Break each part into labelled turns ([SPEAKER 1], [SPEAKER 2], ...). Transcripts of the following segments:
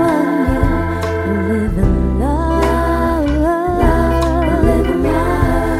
[SPEAKER 1] love you, live in love, live in love.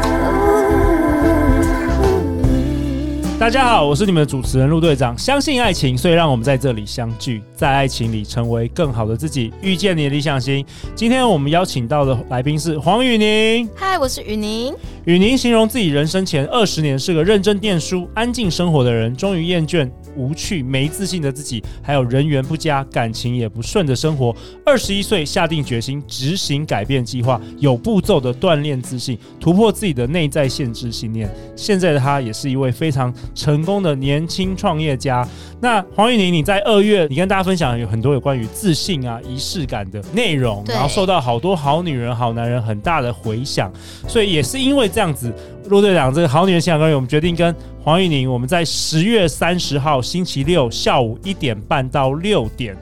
[SPEAKER 2] 大家好，我是你们的主持人陆队长。相信爱情，所以让我们在这里相聚，在爱情里成为更好的自己，遇见你的理想型。今天我们邀请到的来宾是黄宇宁。
[SPEAKER 3] 嗨，我是雨宁。
[SPEAKER 2] 宇宁形容自己人生前二十年是个认真念书、安静生活的人，终于厌倦无趣、没自信的自己，还有人缘不佳、感情也不顺的生活。二十一岁下定决心执行改变计划，有步骤的锻炼自信，突破自己的内在限制信念。现在的他也是一位非常成功的年轻创业家。那黄玉宁，你在二月，你跟大家分享有很多有关于自信啊、仪式感的内容，
[SPEAKER 3] 对
[SPEAKER 2] 然后受到好多好女人、好男人很大的回响。所以也是因为这样子，陆队长这个好女人情感公园，我们决定跟黄玉宁，我们在十月三十号星期六下午一点半到六点，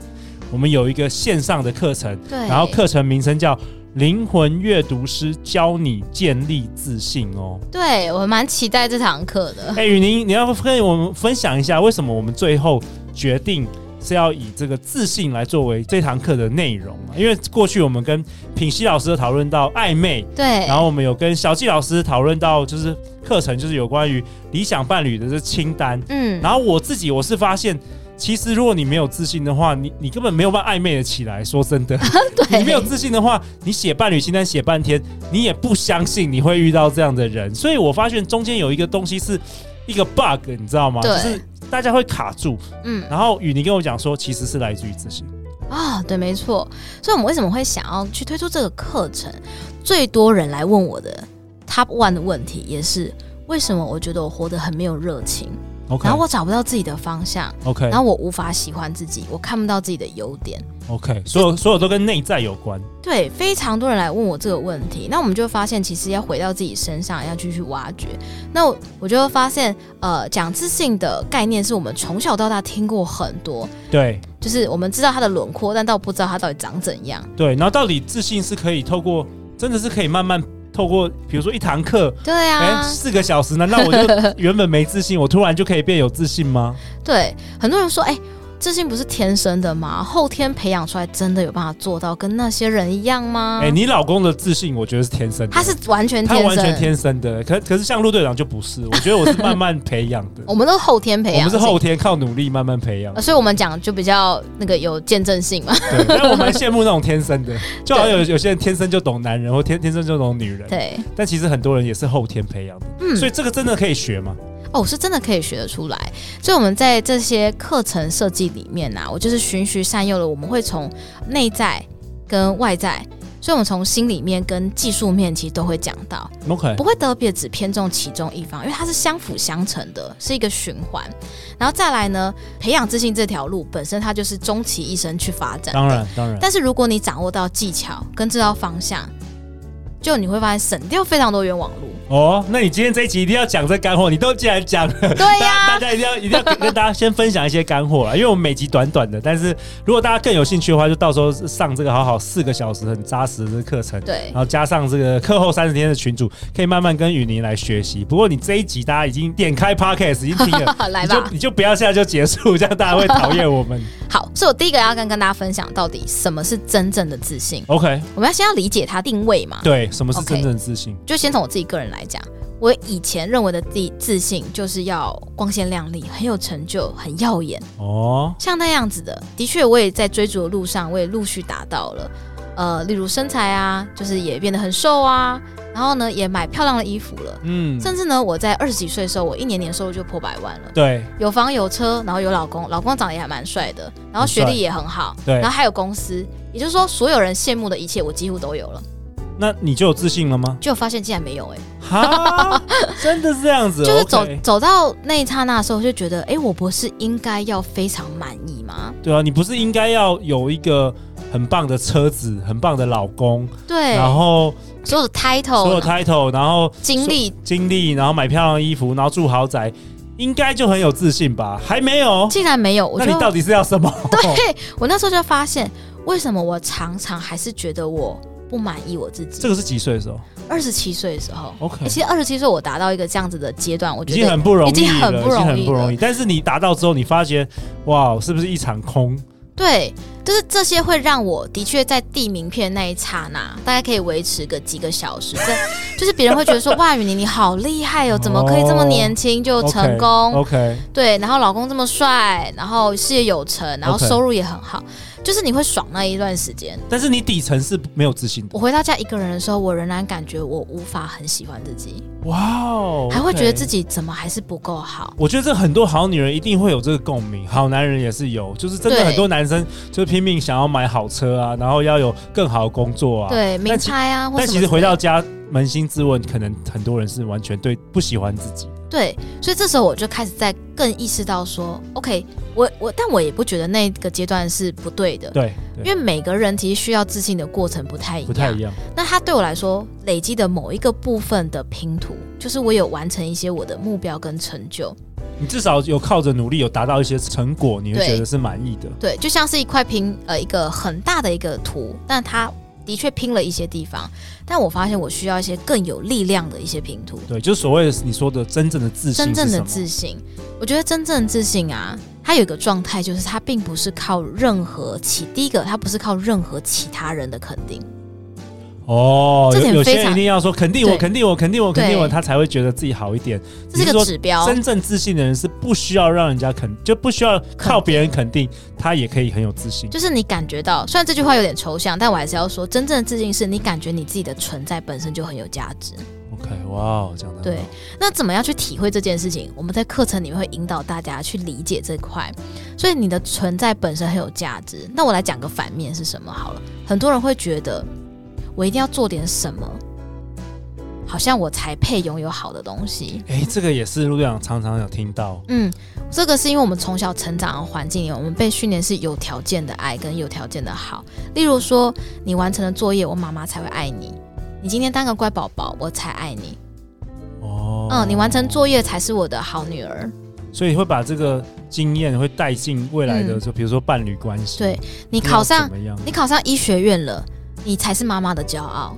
[SPEAKER 2] 我们有一个线上的课程，
[SPEAKER 3] 对，
[SPEAKER 2] 然后课程名称叫《灵魂阅读师教你建立自信》哦。
[SPEAKER 3] 对我蛮期待这堂课的。
[SPEAKER 2] 哎，雨宁，你要不跟我们分享一下，为什么我们最后决定是要以这个自信来作为这堂课的内容啊？因为过去我们跟品熙老师有讨论到暧昧，
[SPEAKER 3] 对，
[SPEAKER 2] 然后我们有跟小纪老师讨论到，就是课程就是有关于理想伴侣的这清单。
[SPEAKER 3] 嗯，
[SPEAKER 2] 然后我自己我是发现，其实如果你没有自信的话，你你根本没有办法暧昧的起来。说真的，
[SPEAKER 3] 对，
[SPEAKER 2] 你没有自信的话，你写伴侣清单写半天，你也不相信你会遇到这样的人。所以我发现中间有一个东西是一个 bug，你知道吗？
[SPEAKER 3] 对
[SPEAKER 2] 就是大家会卡住。
[SPEAKER 3] 嗯
[SPEAKER 2] 然后雨宁跟我讲说，其实是来自于自信。
[SPEAKER 3] 啊、对，没错。所以我们为什么会想要去推出这个课程？最多人来问我的 top one 的问题也是为什么我觉得我活得很没有热情，
[SPEAKER 2] OK
[SPEAKER 3] 然后我找不到自己的方向，
[SPEAKER 2] OK
[SPEAKER 3] 然后我无法喜欢自己，我看不到自己的优点。
[SPEAKER 2] OK，所有所有都跟内在有关。
[SPEAKER 3] 对，非常多人来问我这个问题，那我们就发现，其实要回到自己身上，要继续挖掘。那我我就会发现，呃，讲自信的概念是我们从小到大听过很多，
[SPEAKER 2] 对。
[SPEAKER 3] 就是我们知道它的轮廓，但倒不知道它到底长怎样。
[SPEAKER 2] 对，然后到底自信是可以透过，真的是可以慢慢透过，比如说一堂课，
[SPEAKER 3] 对
[SPEAKER 2] 哎、
[SPEAKER 3] 啊，
[SPEAKER 2] 四个小时，难道我 就原本没自信，我突然就可以变有自信吗？
[SPEAKER 3] 对，很多人说，哎、自信不是天生的吗？后天培养出来，真的有办法做到跟那些人一样吗？
[SPEAKER 2] 哎、你老公的自信，我觉得是天生的，
[SPEAKER 3] 嗯他是完全
[SPEAKER 2] 他
[SPEAKER 3] 天
[SPEAKER 2] 完
[SPEAKER 3] 生，，
[SPEAKER 2] 全天生的，可可是像陆队长就不是，我觉得我是慢慢培养的
[SPEAKER 3] 我们都是后天培
[SPEAKER 2] 我
[SPEAKER 3] 养
[SPEAKER 2] 们是
[SPEAKER 3] 的，
[SPEAKER 2] 后天靠努力慢慢培养
[SPEAKER 3] 呃，，所以我们讲就比较那个有见证性嘛。
[SPEAKER 2] 对，但我蛮羡慕那种天生 的，就好像有有些人天生就懂男人，或天天生就懂女人，
[SPEAKER 3] 对，
[SPEAKER 2] 但其实很多人也是后天培养的，
[SPEAKER 3] 嗯
[SPEAKER 2] 所以这个真的可以学吗？
[SPEAKER 3] 哦，是真的可以学得出来。所以我们在这些课程设计里面呢、我就是循序善诱了。我们会从内在跟外在，所以我们从心里面跟技术面其实都会讲到，
[SPEAKER 2] OK，
[SPEAKER 3] 不会特别只偏重其中一方，因为它是相辅相成的，是一个循环。然后再来呢，培养自信这条路本身它就是终其一生去发展。
[SPEAKER 2] 当然当然，
[SPEAKER 3] 但是如果你掌握到技巧跟知道方向，就你会发现省掉非常多冤枉路。
[SPEAKER 2] 哦，那你今天这一集一定要讲这干货，你都既然讲了，
[SPEAKER 3] 对呀、
[SPEAKER 2] 大家一定要一定要跟跟大家先分享一些干货啦，因为我们每集短短的，但是如果大家更有兴趣的话，就到时候上这个好好四个小时很扎实的课程，
[SPEAKER 3] 对
[SPEAKER 2] 然后加上这个课后三十天的群主，可以慢慢跟雨宁来学习。不过你这一集大家已经点开 podcast 已经听了，
[SPEAKER 3] 来
[SPEAKER 2] 你
[SPEAKER 3] 吧
[SPEAKER 2] 就你就不要现在就结束，这样大家会讨厌 我们。
[SPEAKER 3] 好，所以我第一个要跟跟大家分享，到底什么是真正的自信？
[SPEAKER 2] OK，
[SPEAKER 3] 我们要先要理解它定位嘛。
[SPEAKER 2] 对，什么是
[SPEAKER 3] OK
[SPEAKER 2] 真正的自信
[SPEAKER 3] 就先从我自己个人来讲，我以前认为的自自信就是要光鲜亮丽、很有成就、很耀眼，
[SPEAKER 2] 哦，
[SPEAKER 3] 像那样子的。的确，我也在追逐的路上，我也陆续达到了。呃，例如身材啊，就是也变得很瘦啊，然后呢，也买漂亮的衣服了。
[SPEAKER 2] 嗯，
[SPEAKER 3] 甚至呢，我在二十几岁的时候，我一年年收入就破百万了。
[SPEAKER 2] 对
[SPEAKER 3] 有房有车，然后有老公，老公长得也还蛮帅的，然后学历也很好，
[SPEAKER 2] 对
[SPEAKER 3] 然后还有公司，也就是说所有人羡慕的一切我几乎都有了，
[SPEAKER 2] 那你就有自信了吗？
[SPEAKER 3] 结果发现竟然没有哎、
[SPEAKER 2] 哈， 真的是这样子，
[SPEAKER 3] 就是走
[SPEAKER 2] OK
[SPEAKER 3] 走到那一刹那的时候，我就觉得哎、诶我不是应该要非常满意吗？
[SPEAKER 2] 对啊，你不是应该要有一个很棒的车子、很棒的老公，
[SPEAKER 3] 对，
[SPEAKER 2] 然后
[SPEAKER 3] 所有的 title
[SPEAKER 2] 所有 title，然后
[SPEAKER 3] 经历。
[SPEAKER 2] 经历，然后买漂亮的衣服，然后住豪宅，应该就很有自信吧？还没有，
[SPEAKER 3] 竟然没有，我
[SPEAKER 2] 那
[SPEAKER 3] 就
[SPEAKER 2] 你到底是要什么？
[SPEAKER 3] 对我那时候就发现，为什么我常常还是觉得我不满意我自
[SPEAKER 2] 这
[SPEAKER 3] 己。
[SPEAKER 2] 个是几岁的时候
[SPEAKER 3] 二十七岁的时候，
[SPEAKER 2] ？OK，
[SPEAKER 3] 欸其实二十七岁我达到一个这样子的阶段，我
[SPEAKER 2] 已
[SPEAKER 3] 觉
[SPEAKER 2] 经
[SPEAKER 3] 得
[SPEAKER 2] 很不容易了，
[SPEAKER 3] 已经很不容易了
[SPEAKER 2] 已经很不容易。但是你达到之后，你发觉哇，是不是一场空？
[SPEAKER 3] 对，就是这些会让我的确在递名片那一刹那，大概可以维持个几个小时。 这就是别人会觉得说：“哇，雨宁你好厉害哦，怎么可以这么年轻就成功？
[SPEAKER 2] OK，哦
[SPEAKER 3] 对，然后老公这么帅，然后事业有成，然后
[SPEAKER 2] OK
[SPEAKER 3] 收入也很好就是你会爽那一段时间。
[SPEAKER 2] 但是你底层是没有自信的
[SPEAKER 3] 我。回到家一个人的时候，我仍然感觉我无法很喜欢自己，
[SPEAKER 2] 哇哦，
[SPEAKER 3] 还会觉得自
[SPEAKER 2] 己。
[SPEAKER 3] 己怎么还是不够好。
[SPEAKER 2] 我觉得这很多好女人一定会有这个共鸣，好男人也是有，就是真的
[SPEAKER 3] 对
[SPEAKER 2] 很多男生就是拼命想要买好车啊，然后要有更好的工作啊。，
[SPEAKER 3] 对，
[SPEAKER 2] 但
[SPEAKER 3] 名
[SPEAKER 2] 其
[SPEAKER 3] 牌啊，或
[SPEAKER 2] 但
[SPEAKER 3] 什么
[SPEAKER 2] 其实
[SPEAKER 3] 之
[SPEAKER 2] 回
[SPEAKER 3] 类的
[SPEAKER 2] 到家，扪心自问，可能很多人是完全对不喜欢自己。
[SPEAKER 3] 对，所以这时候我就开始在更意识到说，OK，我我，但我也不觉得那个阶段是不对的，
[SPEAKER 2] 对，
[SPEAKER 3] 因
[SPEAKER 2] 对，
[SPEAKER 3] 为每个人其实需要自信的过程不太一样。
[SPEAKER 2] 不太一样。
[SPEAKER 3] 那它对我来说，累积的某一个部分的拼图，就是我有完成一些我的目标跟成就。
[SPEAKER 2] 你至少有靠着努力有达到一些成果，你会
[SPEAKER 3] 对
[SPEAKER 2] 觉得是满意的。
[SPEAKER 3] 对，就像是一块拼呃一个很大的一个图，但它的确拼了一些地方，但我发现我需要一些更有力量的一些拼图。
[SPEAKER 2] 对，就是所谓的你说的真正的自信
[SPEAKER 3] 真
[SPEAKER 2] 是什
[SPEAKER 3] 正
[SPEAKER 2] 么，
[SPEAKER 3] 的自信，我觉得真正的自信啊，它有一个状态，就是它并不是靠任何其第一个，它不是靠任何其他人的肯定。
[SPEAKER 2] 哦，
[SPEAKER 3] 这点
[SPEAKER 2] 有有
[SPEAKER 3] 非
[SPEAKER 2] 些人一
[SPEAKER 3] 常
[SPEAKER 2] 定要说肯定我，
[SPEAKER 3] 对
[SPEAKER 2] 肯定我，肯定我，肯定我，
[SPEAKER 3] 对
[SPEAKER 2] 他才会觉得自己好一点。
[SPEAKER 3] 这是
[SPEAKER 2] 你
[SPEAKER 3] 一
[SPEAKER 2] 说
[SPEAKER 3] 个指标，
[SPEAKER 2] 真正自信的人是不需要让人家肯，就不需要靠别人肯定，他也可以很有自信。
[SPEAKER 3] 就是你感觉到，虽然这句话有点抽象，但我还是要说，真正的自信是你感觉你自己的存在本身就很有价值。
[SPEAKER 2] OK，哇哦，这样的
[SPEAKER 3] 对，那怎么样去体会这件事情？我们在课程里面会引导大家去理解这块，所以你的存在本身很有价值。那我来讲个反面是什么好了，很多人会觉得我一定要做点什么，好像我才配拥有好的东西。
[SPEAKER 2] 哎，这个也是陆队长常常有听到。
[SPEAKER 3] 嗯，这个是因为我们从小成长的环境里，我们被训练是有条件的爱跟有条件的好。例如说，你完成了作业，我妈妈才会爱你；你今天当个乖宝宝，我才爱你。
[SPEAKER 2] 哦，
[SPEAKER 3] 嗯，你完成，作业才是我的好女儿。
[SPEAKER 2] 所以会把这个经验会带进未来的，
[SPEAKER 3] 嗯
[SPEAKER 2] 就比如说伴侣关系。
[SPEAKER 3] 对
[SPEAKER 2] 你
[SPEAKER 3] 你考上
[SPEAKER 2] 怎么样？
[SPEAKER 3] 你考上医学院了，你才是妈妈的骄傲。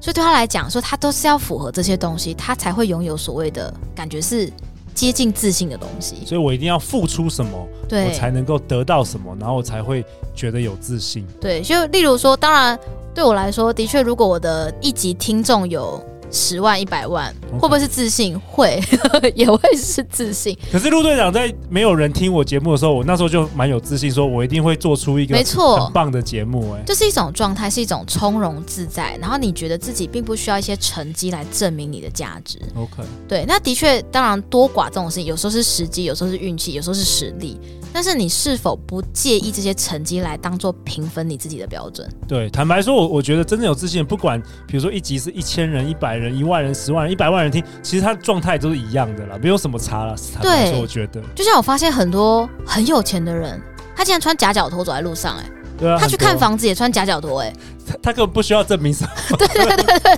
[SPEAKER 3] 所以对他来讲，说他都是要符合这些东西，他才会拥有所谓的感觉是接近自信的东西。
[SPEAKER 2] 所以我一定要付出什么，我
[SPEAKER 3] 对，
[SPEAKER 2] 才能够得到什么，然后我才会觉得有自信。
[SPEAKER 3] 对，就例如说，当然对我来说，的确，如果我的一集听众有十万、一百万
[SPEAKER 2] OK
[SPEAKER 3] 会不会是自信？会， 也会是自信。
[SPEAKER 2] 可是陆队长在没有人听我节目的时候，我那时候就蛮有自信，说我一定会做出一个
[SPEAKER 3] 没错
[SPEAKER 2] 很棒的节目、哎，
[SPEAKER 3] 这是一种状态，是一种从容自在，然后你觉得自己并不需要一些成绩来证明你的价值。
[SPEAKER 2] OK，
[SPEAKER 3] 对，那的确，当然多寡这种事情，有时候是时机，有时候是运气，有时候是实力。但是你是否不介意这些成绩来当做评分你自己的标准？
[SPEAKER 2] 对，坦白说，我我觉得真正有自信，不管比如说一集是一千人、一百人、一万人、十万人、一百万人听，其实他的状态都是一样的啦，没有什么差啦。坦白说，
[SPEAKER 3] 对
[SPEAKER 2] 我觉得，
[SPEAKER 3] 就像我发现很多很有钱的人，他竟然穿夹脚拖走在路上、欸，哎，
[SPEAKER 2] 对啊，
[SPEAKER 3] 他去
[SPEAKER 2] 很多
[SPEAKER 3] 看，房子也穿夹脚拖、欸，
[SPEAKER 2] 他他根本不需要证明什么，
[SPEAKER 3] 对对对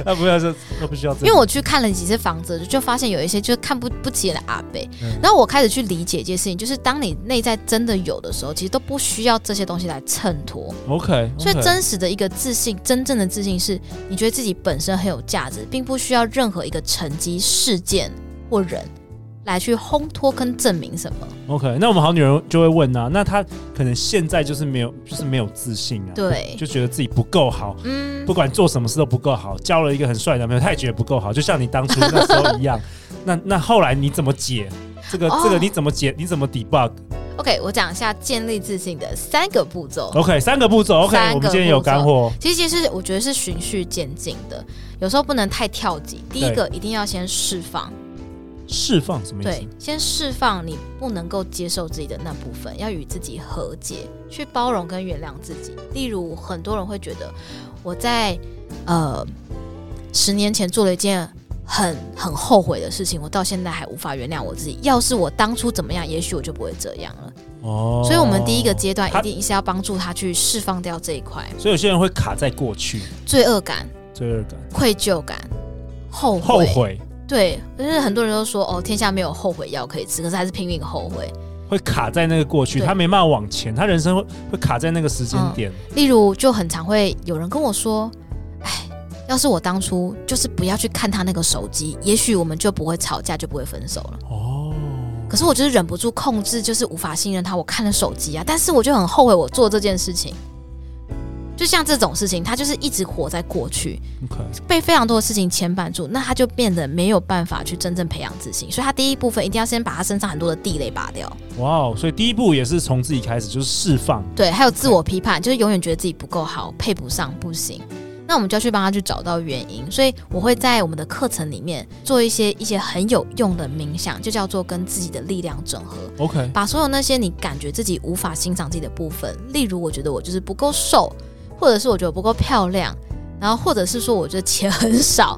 [SPEAKER 2] 他不要说，他不需要证
[SPEAKER 3] 因
[SPEAKER 2] 明，
[SPEAKER 3] 为我去看了几次房子，就发现有一些就是看不不起眼的阿伯，
[SPEAKER 2] 嗯
[SPEAKER 3] 然后我开始去理解一件事情，就是当你内在真的有的时候，其实都不需要这些东西来衬托。
[SPEAKER 2] OK，
[SPEAKER 3] 所以真实的一个自信，真正的自信是你觉得自己本身很有价值，并不需要任何一个成绩、事件或人来去烘托跟证明什么。
[SPEAKER 2] OK，那我们好女人就会问啊，那她可能现在就是没有，就是没有自信啊，，
[SPEAKER 3] 对，
[SPEAKER 2] 就觉得自己不够好，
[SPEAKER 3] 嗯
[SPEAKER 2] 不，管做什么事都不够好，交了一个很帅的男朋友，他也觉得不够好，就像你当初那时候一样。那那后来你怎么解这个、
[SPEAKER 3] 哦
[SPEAKER 2] 这个你怎么解？你怎么 debug？OK，、
[SPEAKER 3] OK，我讲一下建立自信的三个步骤。
[SPEAKER 2] 三个步骤。OK，
[SPEAKER 3] 三个
[SPEAKER 2] 我们今天有干货。
[SPEAKER 3] 其实是我觉得是循序渐进的，有时候不能太跳级。第一个一定要先释放，
[SPEAKER 2] 释放什么意
[SPEAKER 3] 对
[SPEAKER 2] 思？，
[SPEAKER 3] 先释放你不能够接受自己的那部分，要与自己和解，去包容跟原谅自己。例如，很多人会觉得我在呃十年前做了一件很很后悔的事情，我到现在还无法原谅我自己。要是我当初怎么样，也许我就不会这样了。
[SPEAKER 2] 哦
[SPEAKER 3] 所以，我们第一个阶段
[SPEAKER 2] 他
[SPEAKER 3] 一定是要帮助他去释放掉这一块
[SPEAKER 2] 所以有些人会卡在过去，
[SPEAKER 3] 罪恶感、
[SPEAKER 2] 罪恶感、
[SPEAKER 3] 愧疚感、后悔。
[SPEAKER 2] 后悔。
[SPEAKER 3] 对，就是很多人都说哦，天下没有后悔药可以吃，可是还是拼命后悔。
[SPEAKER 2] 会卡在那个过去，
[SPEAKER 3] 对
[SPEAKER 2] 他没办法往前，他人生会会卡在那个时间
[SPEAKER 3] 嗯
[SPEAKER 2] 点。
[SPEAKER 3] 例如，就很常会有人跟我说：“哎，要是我当初就是不要去看他那个手机，也许我们就不会吵架，就不会分手了。”
[SPEAKER 2] 哦，
[SPEAKER 3] 可是我就是忍不住控制，就是无法信任他。我看了手机啊，但是我就很后悔我做这件事情。就像这种事情，他就是一直活在过去，
[SPEAKER 2] OK，
[SPEAKER 3] 被非常多的事情牵绊住，那他就变得没有办法去真正培养自信。所以他第一部分一定要先把他身上很多的地雷拔掉，
[SPEAKER 2] 哇哦，所以第一步也是从自己开始，就是释放。
[SPEAKER 3] 对，还有自我批判，就是永远觉得自己不够好，配不上，不行。那我们就要去帮他去找到原因，所以我会在我们的课程里面做一些一些很有用的冥想，就叫做跟自己的力量整合。
[SPEAKER 2] OK，
[SPEAKER 3] 把所有那些你感觉自己无法欣赏自己的部分，例如我觉得我就是不够瘦，或者是我觉得我不够漂亮，然后或者是说我觉得钱很少，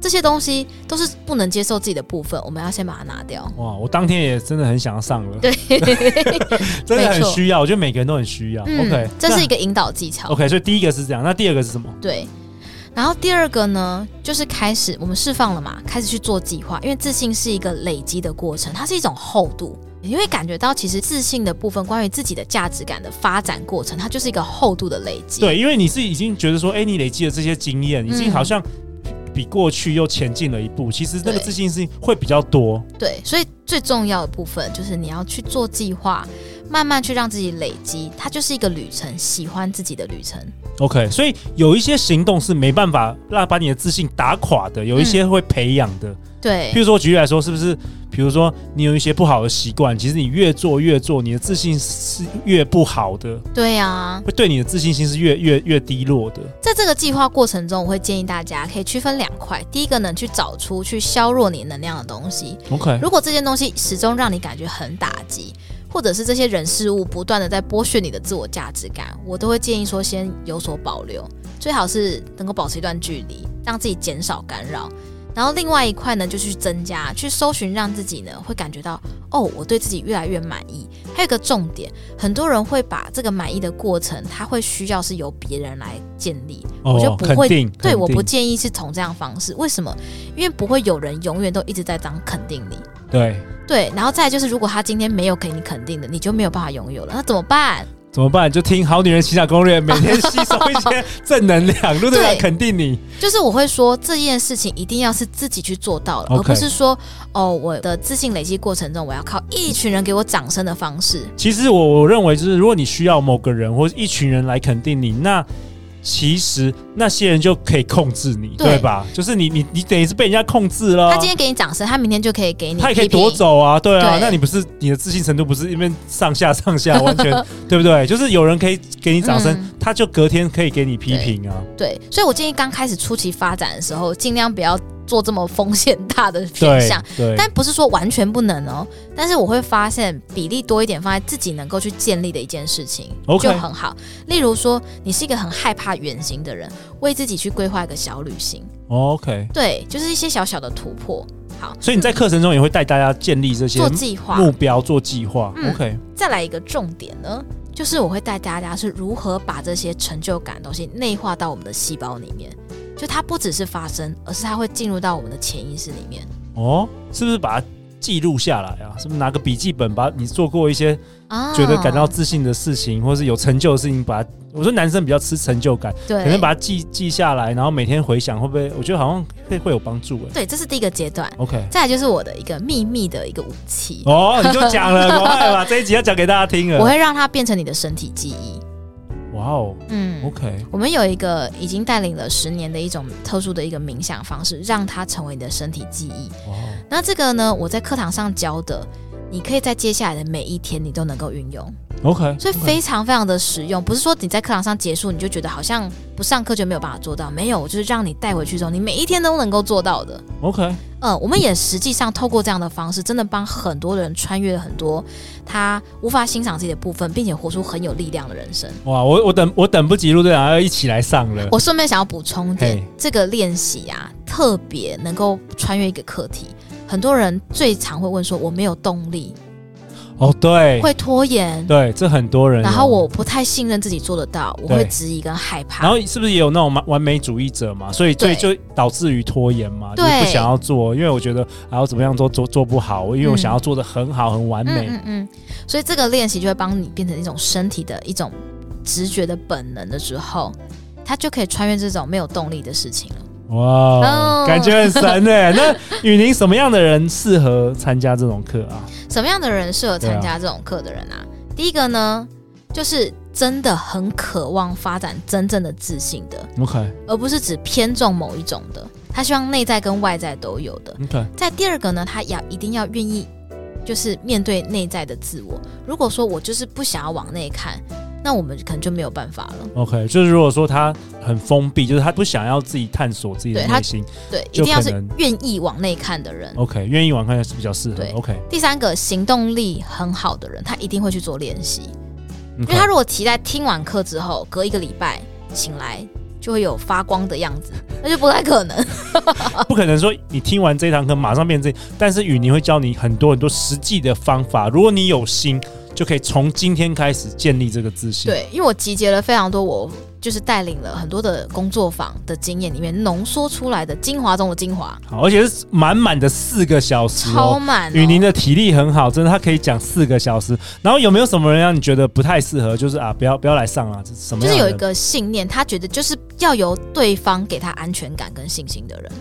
[SPEAKER 3] 这些东西都是不能接受自己的部分，我们要先把它拿掉。
[SPEAKER 2] 哇，我当天也真的很想要上了，
[SPEAKER 3] 对，
[SPEAKER 2] 真的
[SPEAKER 3] 没
[SPEAKER 2] 很
[SPEAKER 3] 错嗯
[SPEAKER 2] 需要，我觉得每个人都很需要。OK，
[SPEAKER 3] 这是一
[SPEAKER 2] 个
[SPEAKER 3] 个引导技巧。
[SPEAKER 2] OK，所以第一个是这样，那第二个是什么？
[SPEAKER 3] 对。然后第二个呢，就是开始我们释放了嘛，开始去做计划，因为自信是一个累积的过程，它是一种厚度。你会感觉到，其实自信的部分，关于自己的价值感的发展过程，它就是一个厚度的累积。
[SPEAKER 2] 对，因为你是已经觉得说，哎、你累积了这些经验，已经
[SPEAKER 3] 嗯
[SPEAKER 2] 好像比过去又前进了一步。其实那个
[SPEAKER 3] 对
[SPEAKER 2] 自信心会比较多。
[SPEAKER 3] 对，所以最重要的部分就是你要去做计划，慢慢去让自己累积，它就是一个旅程，喜欢自己的旅程。
[SPEAKER 2] OK，所以有一些行动是没办法让把你的自信打垮的，有一些会培养
[SPEAKER 3] 嗯
[SPEAKER 2] 的。譬
[SPEAKER 3] 对，
[SPEAKER 2] 如说，举例来说，是不是？比如说，你有一些不好的习惯，其实你越做越做，你的自信是越不好的，
[SPEAKER 3] 对啊，
[SPEAKER 2] 会对你的自信心是越越越低落的。
[SPEAKER 3] 在这个计划过程中，我会建议大家可以区分两块，第一个呢，去找出去削弱你能量的东西。
[SPEAKER 2] OK，
[SPEAKER 3] 如果这件东西始终让你感觉很打击，或者是这些人事物不断的在剥削你的自我价值感，我都会建议说先有所保留，最好是能够保持一段距离，让自己减少干扰。然后另外一块呢，就去增加，去搜寻让自己呢会感觉到哦，我对自己越来越满意。还有一个重点，很多人会把这个满意的过程，他会需要是由别人来建立，我就不
[SPEAKER 2] 哦肯
[SPEAKER 3] 会
[SPEAKER 2] 定，
[SPEAKER 3] 对，
[SPEAKER 2] 肯
[SPEAKER 3] 我不
[SPEAKER 2] 定
[SPEAKER 3] 建议是从这样方式。为什么？因为不会有人永远都一直在当肯定你。
[SPEAKER 2] 对，
[SPEAKER 3] 对，然后再来就是，如果他今天没有给你肯定的，你就没有办法拥有了，那怎么办？
[SPEAKER 2] 怎么办？就听《好女人情感攻略》，每天吸收一些正能量，陆队长
[SPEAKER 3] 对
[SPEAKER 2] 肯定 你。
[SPEAKER 3] 就是我会说这件事情一定要是自己去做到的
[SPEAKER 2] OK
[SPEAKER 3] 而不是说哦，我的自信累积过程中，我要靠一群人给我掌声的方式。
[SPEAKER 2] 其实我我认为，就是如果你需要某个人或一群人来肯定你，那其实那些人就可以控制你，对
[SPEAKER 3] 对
[SPEAKER 2] 吧？就是你你你等于是被人家控制了啊。
[SPEAKER 3] 他今天给你掌声，他明天就可以给你批评，
[SPEAKER 2] 他也可以夺走啊，对啊，
[SPEAKER 3] 对
[SPEAKER 2] 那你不是你的自信程度不是因为上下上下完全 对不对？就是有人可以给你掌声
[SPEAKER 3] 嗯，
[SPEAKER 2] 他就隔天可以给你批评啊，
[SPEAKER 3] 对，所以我建议刚开始初期发展的时候，尽量不要做这么风险大的选
[SPEAKER 2] 对
[SPEAKER 3] 项。
[SPEAKER 2] 对，
[SPEAKER 3] 但不是说完全不能哦，但是我会发现比例多一点放在自己能够去建立的一件事情
[SPEAKER 2] OK
[SPEAKER 3] 就很好。例如说，你是一个很害怕远行的人，为自己去规划一个小旅行，
[SPEAKER 2] 哦 OK。
[SPEAKER 3] 对，就是一些小小的突破。好，
[SPEAKER 2] 所以你在课程中也会带大家建立这些
[SPEAKER 3] 做计划。
[SPEAKER 2] 目标、做计划。
[SPEAKER 3] 嗯
[SPEAKER 2] OK，
[SPEAKER 3] 再来一个重点呢，就是我会带大家是如何把这些成就感的东西内化到我们的细胞里面，就它不只是发生，而是它会进入到我们的潜意识里面。
[SPEAKER 2] 哦，是不是把它记录下来啊？是不是拿个笔记本把你做过一些
[SPEAKER 3] 啊
[SPEAKER 2] 觉得感到自信的事情，或是有成就的事情，把它我说男生比较吃成就感，
[SPEAKER 3] 对，
[SPEAKER 2] 可能把它记记下来，然后每天回想，会不会？我觉得好像会会有帮助哎。
[SPEAKER 3] 对，这是第一个阶段。
[SPEAKER 2] OK，
[SPEAKER 3] 再来就是我的一个秘密的一个武器，
[SPEAKER 2] 哦，啊你就讲了，赶快把这一集要讲给大家听
[SPEAKER 3] 我
[SPEAKER 2] 了。
[SPEAKER 3] 会让它变成你的身体记忆。
[SPEAKER 2] 哇哦
[SPEAKER 3] 嗯
[SPEAKER 2] ，OK，
[SPEAKER 3] 我们有一个已经带领了十年的一种特殊的一个冥想方式，让它成为你的身体记忆。
[SPEAKER 2] 哇哦，
[SPEAKER 3] 那这个呢，我在课堂上教的，你可以在接下来的每一天你都能够运用，
[SPEAKER 2] 嗯，OK，
[SPEAKER 3] 所以非常非常的实用。不是说你在课堂上结束你就觉得好像不上课就没有办法做到，没有，我就是让你带回去之后，你每一天都能够做到的。
[SPEAKER 2] OK，
[SPEAKER 3] 嗯，我们也实际上透过这样的方式，真的帮很多人穿越了很多他无法欣赏自己的部分，并且活出很有力量的人生。
[SPEAKER 2] 哇，我我等我等不及陆队长要一起来上了。
[SPEAKER 3] 我顺便想要补充一点
[SPEAKER 2] 嘿，
[SPEAKER 3] 这个练习啊，特别能够穿越一个课题。很多人最常会问说：“我没有动力，
[SPEAKER 2] 哦，对，
[SPEAKER 3] 会拖延，
[SPEAKER 2] 对，这很多人有。
[SPEAKER 3] 然后我不太信任自己做得到，我
[SPEAKER 2] 对
[SPEAKER 3] 会质疑跟害
[SPEAKER 2] 然
[SPEAKER 3] 怕。
[SPEAKER 2] 后是不是也有那种完完美主义者嘛？所以所以就
[SPEAKER 3] 对
[SPEAKER 2] 导致于拖延嘛，就是
[SPEAKER 3] 对
[SPEAKER 2] 不想要做，因为我觉得啊，我怎么样都做做不好，因为我
[SPEAKER 3] 嗯
[SPEAKER 2] 想要做的很好、很完
[SPEAKER 3] 嗯
[SPEAKER 2] 美。
[SPEAKER 3] 嗯嗯，所以这个练习就会帮你变成一种身体的一种直觉的本能的时候，它就可以穿越这种没有动力的事情了。
[SPEAKER 2] 哇、
[SPEAKER 3] 哦
[SPEAKER 2] 感觉很神哎、 那雨宁什么样的人适合参加这种课啊？
[SPEAKER 3] 什么样的人适合参加这种课的人啊？第一个呢，就是真的很渴望发展真正的自信的，
[SPEAKER 2] OK
[SPEAKER 3] 而不是只偏重某一种的。他希望内在跟外在都有的。
[SPEAKER 2] OK，
[SPEAKER 3] 在第二个呢，他要一定要愿意，就是面对内在的自我。如果说我就是不想要往内看，那我们可能就没有办法了。
[SPEAKER 2] OK，就是如果说他很封闭，就是他不想要自己探索自己的
[SPEAKER 3] 对他
[SPEAKER 2] 内心。
[SPEAKER 3] 对，一
[SPEAKER 2] 就
[SPEAKER 3] 定要
[SPEAKER 2] 可
[SPEAKER 3] 是
[SPEAKER 2] 能
[SPEAKER 3] 愿意往内看的人。
[SPEAKER 2] OK，愿意玩看是比较适合
[SPEAKER 3] 对。
[SPEAKER 2] OK，
[SPEAKER 3] 第三个，行动力很好的人，他一定会去做练习，
[SPEAKER 2] 因
[SPEAKER 3] 因为他如果期待听完课之后，隔一个礼拜醒来就会有发光的样子，那就不太可 能。
[SPEAKER 2] 不可能说你听完这堂课马上变这，但是雨宁会教你很多很多实际的方法。如果你有心，就可以从今天开始建立这个自信。，
[SPEAKER 3] 对，因为我集结了非常多我。就是带领了很多的工作坊的经验，里面浓缩出来的精华中的精华，
[SPEAKER 2] 好，而且是满满的四个小时
[SPEAKER 3] 超
[SPEAKER 2] 哦。
[SPEAKER 3] 满、哦。
[SPEAKER 2] 雨宁的体力很好，真的，她可以讲四个小时。然后有没有什么人让你觉得不太适合？就是啊，不要不要来上啊，这是什么
[SPEAKER 3] 就
[SPEAKER 2] 样
[SPEAKER 3] 是
[SPEAKER 2] 的
[SPEAKER 3] 有
[SPEAKER 2] 人？
[SPEAKER 3] 一个信念，他觉得就是要由对方给他安全感跟信心的人。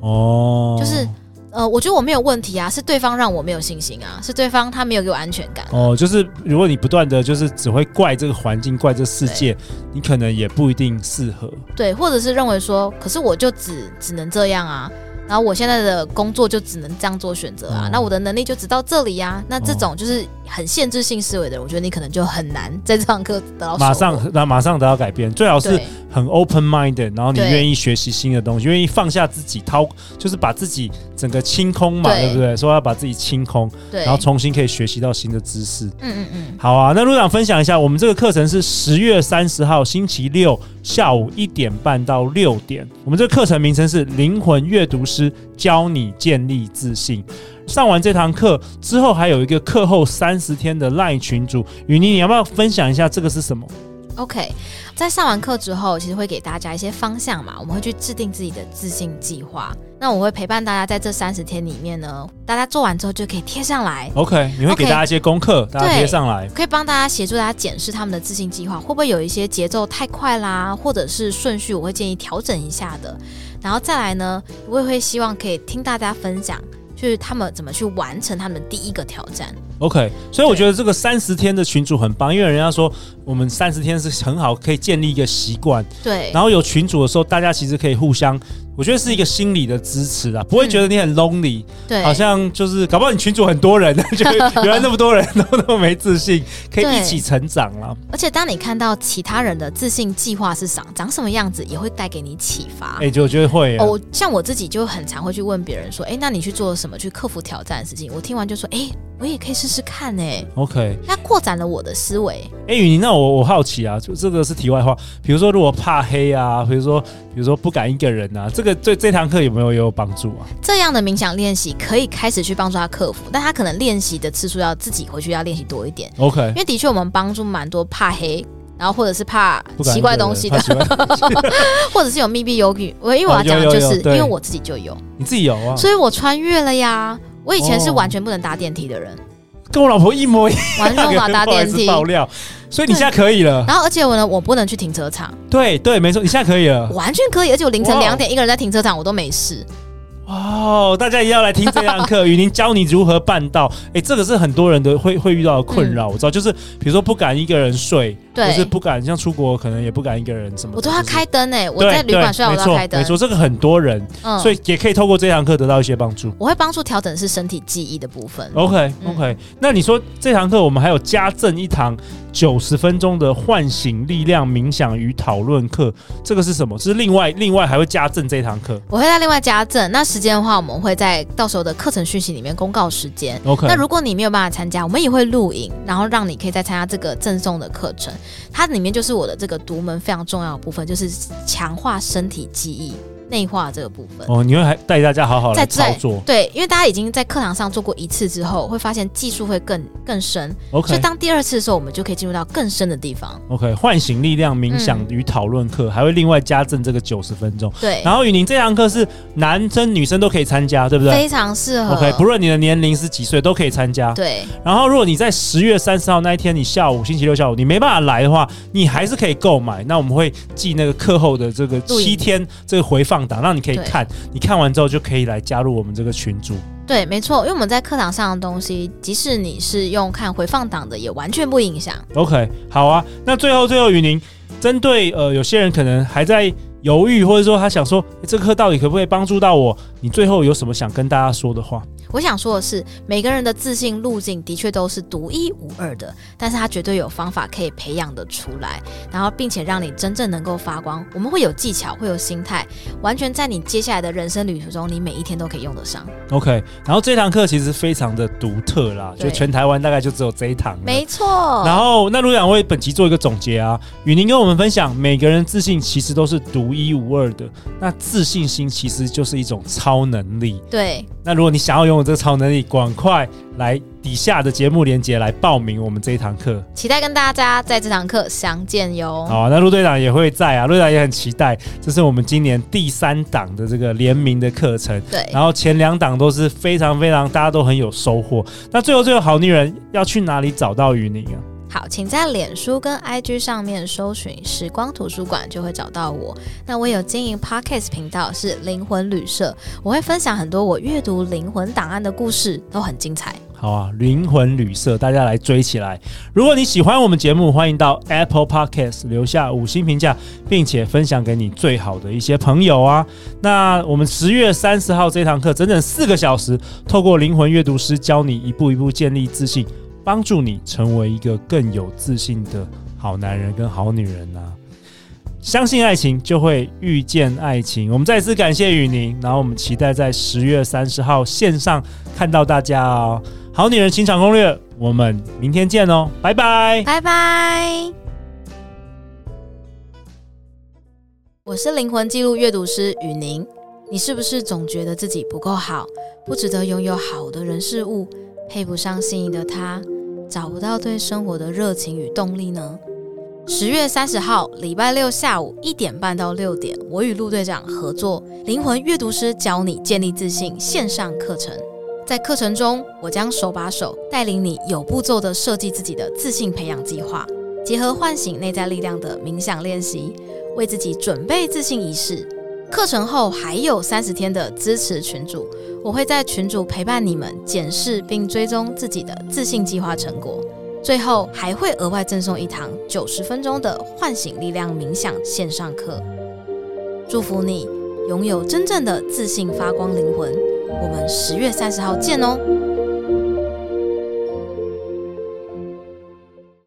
[SPEAKER 2] 哦，
[SPEAKER 3] 就是呃，我觉得我没有问题啊，是对方让我没有信心啊，是对方他没有给我安全感。
[SPEAKER 2] 哦，就是如果你不断的就是只会怪这个环境、怪这世界，你可能也不一定适合。
[SPEAKER 3] 对，或者是认为说，可是我就只只能这样啊，然后我现在的工作就只能这样做选择啊，
[SPEAKER 2] 哦
[SPEAKER 3] 那我的能力就只到这里呀、啊。那这
[SPEAKER 2] 哦
[SPEAKER 3] 种就是很限制性思维的人，我觉得你可能就很难在这堂课得到收
[SPEAKER 2] 马
[SPEAKER 3] 获
[SPEAKER 2] 上，那马上都要改变，最好是
[SPEAKER 3] 对
[SPEAKER 2] 很 open minded，然后你
[SPEAKER 3] 对
[SPEAKER 2] 愿意学习新的东西，愿意放下自己，掏就是把自己整个清空嘛，
[SPEAKER 3] 对
[SPEAKER 2] 对不对？说要把自己清空，
[SPEAKER 3] 对，
[SPEAKER 2] 然后重新可以学习到新的知识。
[SPEAKER 3] 嗯嗯嗯，
[SPEAKER 2] 好啊，那陆长分享一下，我们这个课程是十月三十号星期六下午一点半到六点。我们这个课程名称是《灵魂阅读师教你建立自信》。上完这堂课之后，还有一个课后三十天的赖群组，雨妮，你要不要分享一下这个是什么？
[SPEAKER 3] OK，在上完课之后，其实会给大家一些方向嘛，我们会去制定自己的自信计划。那我会陪伴大家在这三十天里面呢，大家做完之后就可以贴上来。
[SPEAKER 2] OK，你会给
[SPEAKER 3] OK
[SPEAKER 2] 大家一些功课，大家贴上来。
[SPEAKER 3] 可以帮大家协助大家检视他们的自信计划，会不会有一些节奏太快啦，或者是顺序，我会建议调整一下的。然后再来呢，我也会希望可以听大家分享，就是他们怎么去完成他们第一个挑战。
[SPEAKER 2] OK，所以我觉得这个三十天的群主很棒，因为人家说我们三十天是很好，可以建立一个习惯。
[SPEAKER 3] 对，
[SPEAKER 2] 然后有群主的时候，大家其实可以互相，我觉得是一个心理的支持啊，不会觉得你很 lonely，、
[SPEAKER 3] 嗯对，
[SPEAKER 2] 好像就是搞不好你群主很多人，觉得原来那么多人都那么没自信，可以
[SPEAKER 3] 对
[SPEAKER 2] 一起成长啊啦。
[SPEAKER 3] 而且当你看到其他人的自信计划是长长什么样子，也会带给你启发。
[SPEAKER 2] 哎、就我觉得会、啊。
[SPEAKER 3] 哦，我像我自己就很常会去问别人说，哎，那你去做什么去克服挑战的事情？我听完就说，哎，我也可以试试看哎，
[SPEAKER 2] OK，
[SPEAKER 3] 那扩展了我的思维。
[SPEAKER 2] 哎、雨宁，那我我好奇啊，就这个是题外话。比如说，如果怕黑啊，比如说，比如说不敢一个人啊，这个对这堂课有没有也有帮助啊？
[SPEAKER 3] 这样的冥想练习可以开始去帮助他克服，但他可能练习的次数要自己回去要练习多一点，
[SPEAKER 2] OK，
[SPEAKER 3] 因为的确我们帮助蛮多怕黑，然后或者是怕
[SPEAKER 2] 不敢
[SPEAKER 3] 奇怪东西的
[SPEAKER 2] 一，个人怕奇怪东西
[SPEAKER 3] 或者是有密闭忧郁。我因为我
[SPEAKER 2] 哦
[SPEAKER 3] 要讲的
[SPEAKER 2] 有有
[SPEAKER 3] 就
[SPEAKER 2] 有
[SPEAKER 3] 是，因
[SPEAKER 2] 对
[SPEAKER 3] 为我自己就有，
[SPEAKER 2] 你自己有啊？
[SPEAKER 3] 所以我穿越了呀。我以前是
[SPEAKER 2] 哦
[SPEAKER 3] 完全不能搭电梯的人，
[SPEAKER 2] 跟我老婆一模一
[SPEAKER 3] 完全
[SPEAKER 2] 样，
[SPEAKER 3] 无法搭
[SPEAKER 2] 不好意
[SPEAKER 3] 电
[SPEAKER 2] 思
[SPEAKER 3] 梯。
[SPEAKER 2] 爆料，所以你现在可以了。
[SPEAKER 3] 然后，而且我呢，我不能去停车场，
[SPEAKER 2] 对对，没错，你现在可以了。
[SPEAKER 3] 完全可以。而且我凌晨
[SPEAKER 2] 哦哇哦
[SPEAKER 3] 两点一个人在停车场，我都没事。
[SPEAKER 2] 哇哦，大家一定要来听这堂课，雨林教你如何办到。 哎，这个是很多人的会会遇到的困扰，我知道，就是比如说不敢一个人睡，
[SPEAKER 3] 嗯对
[SPEAKER 2] 或是不敢像出国可能也不敢一个人什么的。
[SPEAKER 3] 我都要
[SPEAKER 2] 就是
[SPEAKER 3] 开灯哎、我
[SPEAKER 2] 对
[SPEAKER 3] 在旅
[SPEAKER 2] 对
[SPEAKER 3] 馆睡觉我
[SPEAKER 2] 没
[SPEAKER 3] 都要
[SPEAKER 2] 错
[SPEAKER 3] 开灯
[SPEAKER 2] 没。错，这个很多人，
[SPEAKER 3] 嗯
[SPEAKER 2] 所以也可以透过这堂课得到一些帮助。
[SPEAKER 3] 我会帮助调整是身体记忆的部分。
[SPEAKER 2] OK
[SPEAKER 3] 嗯
[SPEAKER 2] OK，、那你说这堂课我们还有加赠一堂九十分钟的唤醒力量冥想与讨论课，这个是什么？是另外另外还会加赠这堂课。
[SPEAKER 3] 我会再另外加赠。那时间的话，我们会在到时候的课程讯息里面公告时间。
[SPEAKER 2] OK，
[SPEAKER 3] 那如果你没有办法参加，我们也会录影，然后让你可以再参加这个赠送的课程。它里面就是我的这个独门非常重要的部分，就是强化身体记忆内化这个部分。
[SPEAKER 2] 哦，你会还带大家好好来
[SPEAKER 3] 在
[SPEAKER 2] 操
[SPEAKER 3] 在
[SPEAKER 2] 作
[SPEAKER 3] 对，因为大家已经在课堂上做过一次之后，会发现技术会更更深，所
[SPEAKER 2] ，OK
[SPEAKER 3] 以当第二次的时候，我们就可以进入到更深的地方。
[SPEAKER 2] OK，唤醒力量冥想与讨论课还会另外加赠这个九十分钟。
[SPEAKER 3] 嗯对，
[SPEAKER 2] 然后雨宁这堂课是男生女生都可以参加，对不对
[SPEAKER 3] 非常适合。
[SPEAKER 2] ？OK，不论你的年龄是几啊岁都可以参加。
[SPEAKER 3] 对
[SPEAKER 2] 然后，如果你在十月三十号那一天，你下午星期六下午你没办法来的话，你还是可以购买。那我们会寄那个课后的这个
[SPEAKER 3] 录影
[SPEAKER 2] 七天这个回放档，让你可以
[SPEAKER 3] 对
[SPEAKER 2] 看。你看完之后就可以来加入我们这个群组。
[SPEAKER 3] 对，没错，因为我们在课堂上的东西，即使你是用看回放档的，也完全不影响。
[SPEAKER 2] OK，好啊。那最后最后，雨宁针对呃有些人可能还在犹豫，或者说他想说诶这个课到底可不可以帮助到我？你最后有什么想跟大家说的话？
[SPEAKER 3] 我想说的是，每个人的自信路径的确都是独一无二的，但是他绝对有方法可以培养的出来，然后并且让你真正能够发光。我们会有技巧，会有心态，完全在你接下来的人生旅途中，你每一天都可以用得上。
[SPEAKER 2] OK，然后这堂课其实非常的独特啦，就
[SPEAKER 3] 对
[SPEAKER 2] 全台湾大概就只有这一堂了。
[SPEAKER 3] 没错，
[SPEAKER 2] 然后，那如果想为本集做一个总结啊，雨宁跟我们分享，每个人自信其实都是独一无二的。那自信心其实就是一种超能力。
[SPEAKER 3] 对，
[SPEAKER 2] 那如果你想要拥有这个超能力，赶快来底下的节目连接来报名我们这一堂课。
[SPEAKER 3] 期待跟大家在这堂课相见哟。
[SPEAKER 2] 好、啊，那陆队长也会在啊，陆队长也很期待，这是我们今年第三档的这个联名的课程。
[SPEAKER 3] 对，
[SPEAKER 2] 然后前两档都是非常非常大家都很有收获。那最后最后好女人要去哪里找到雨宁啊？
[SPEAKER 3] 好，请在脸书跟 IG 上面搜寻“时光图书馆”就会找到我。那我有经营 Podcast 频道是灵魂旅社，我会分享很多我阅读灵魂档案的故事，都很精彩。
[SPEAKER 2] 好啊，灵魂旅社，大家来追起来！如果你喜欢我们节目，欢迎到 Apple Podcast 留下五星评价，并且分享给你最好的一些朋友啊。那我们十月三十号这堂课整整四个小时，透过灵魂阅读师教你一步一步建立自信，帮助你成为一个更有自信的好男人跟好女人啊。相信爱情，就会遇见爱情。我们再次感谢雨宁，然后我们期待在十月三十号线上看到大家哦。好女人情场攻略，我们明天见哦，拜拜。
[SPEAKER 3] 拜拜。我是灵魂记录阅读师雨宁，你是不是总觉得自己不够好，不值得拥有好的人事物，配不上心仪的他，找不到对生活的热情与动力呢？十月三十号，礼拜六下午一点半到六点，我与陆队长合作《灵魂阅读师教你建立自信》线上课程。在课程中，我将手把手带领你有步骤地设计自己的自信培养计划，结合唤醒内在力量的冥想练习，为自己准备自信仪式。课程后还有三十天的支持群组，我会在群组陪伴你们检视并追踪自己的自信计划成果。最后还会额外赠送一堂九十分钟的唤醒力量冥想线上课。祝福你拥有真正的自信发光灵魂。我们十月三十号见哦。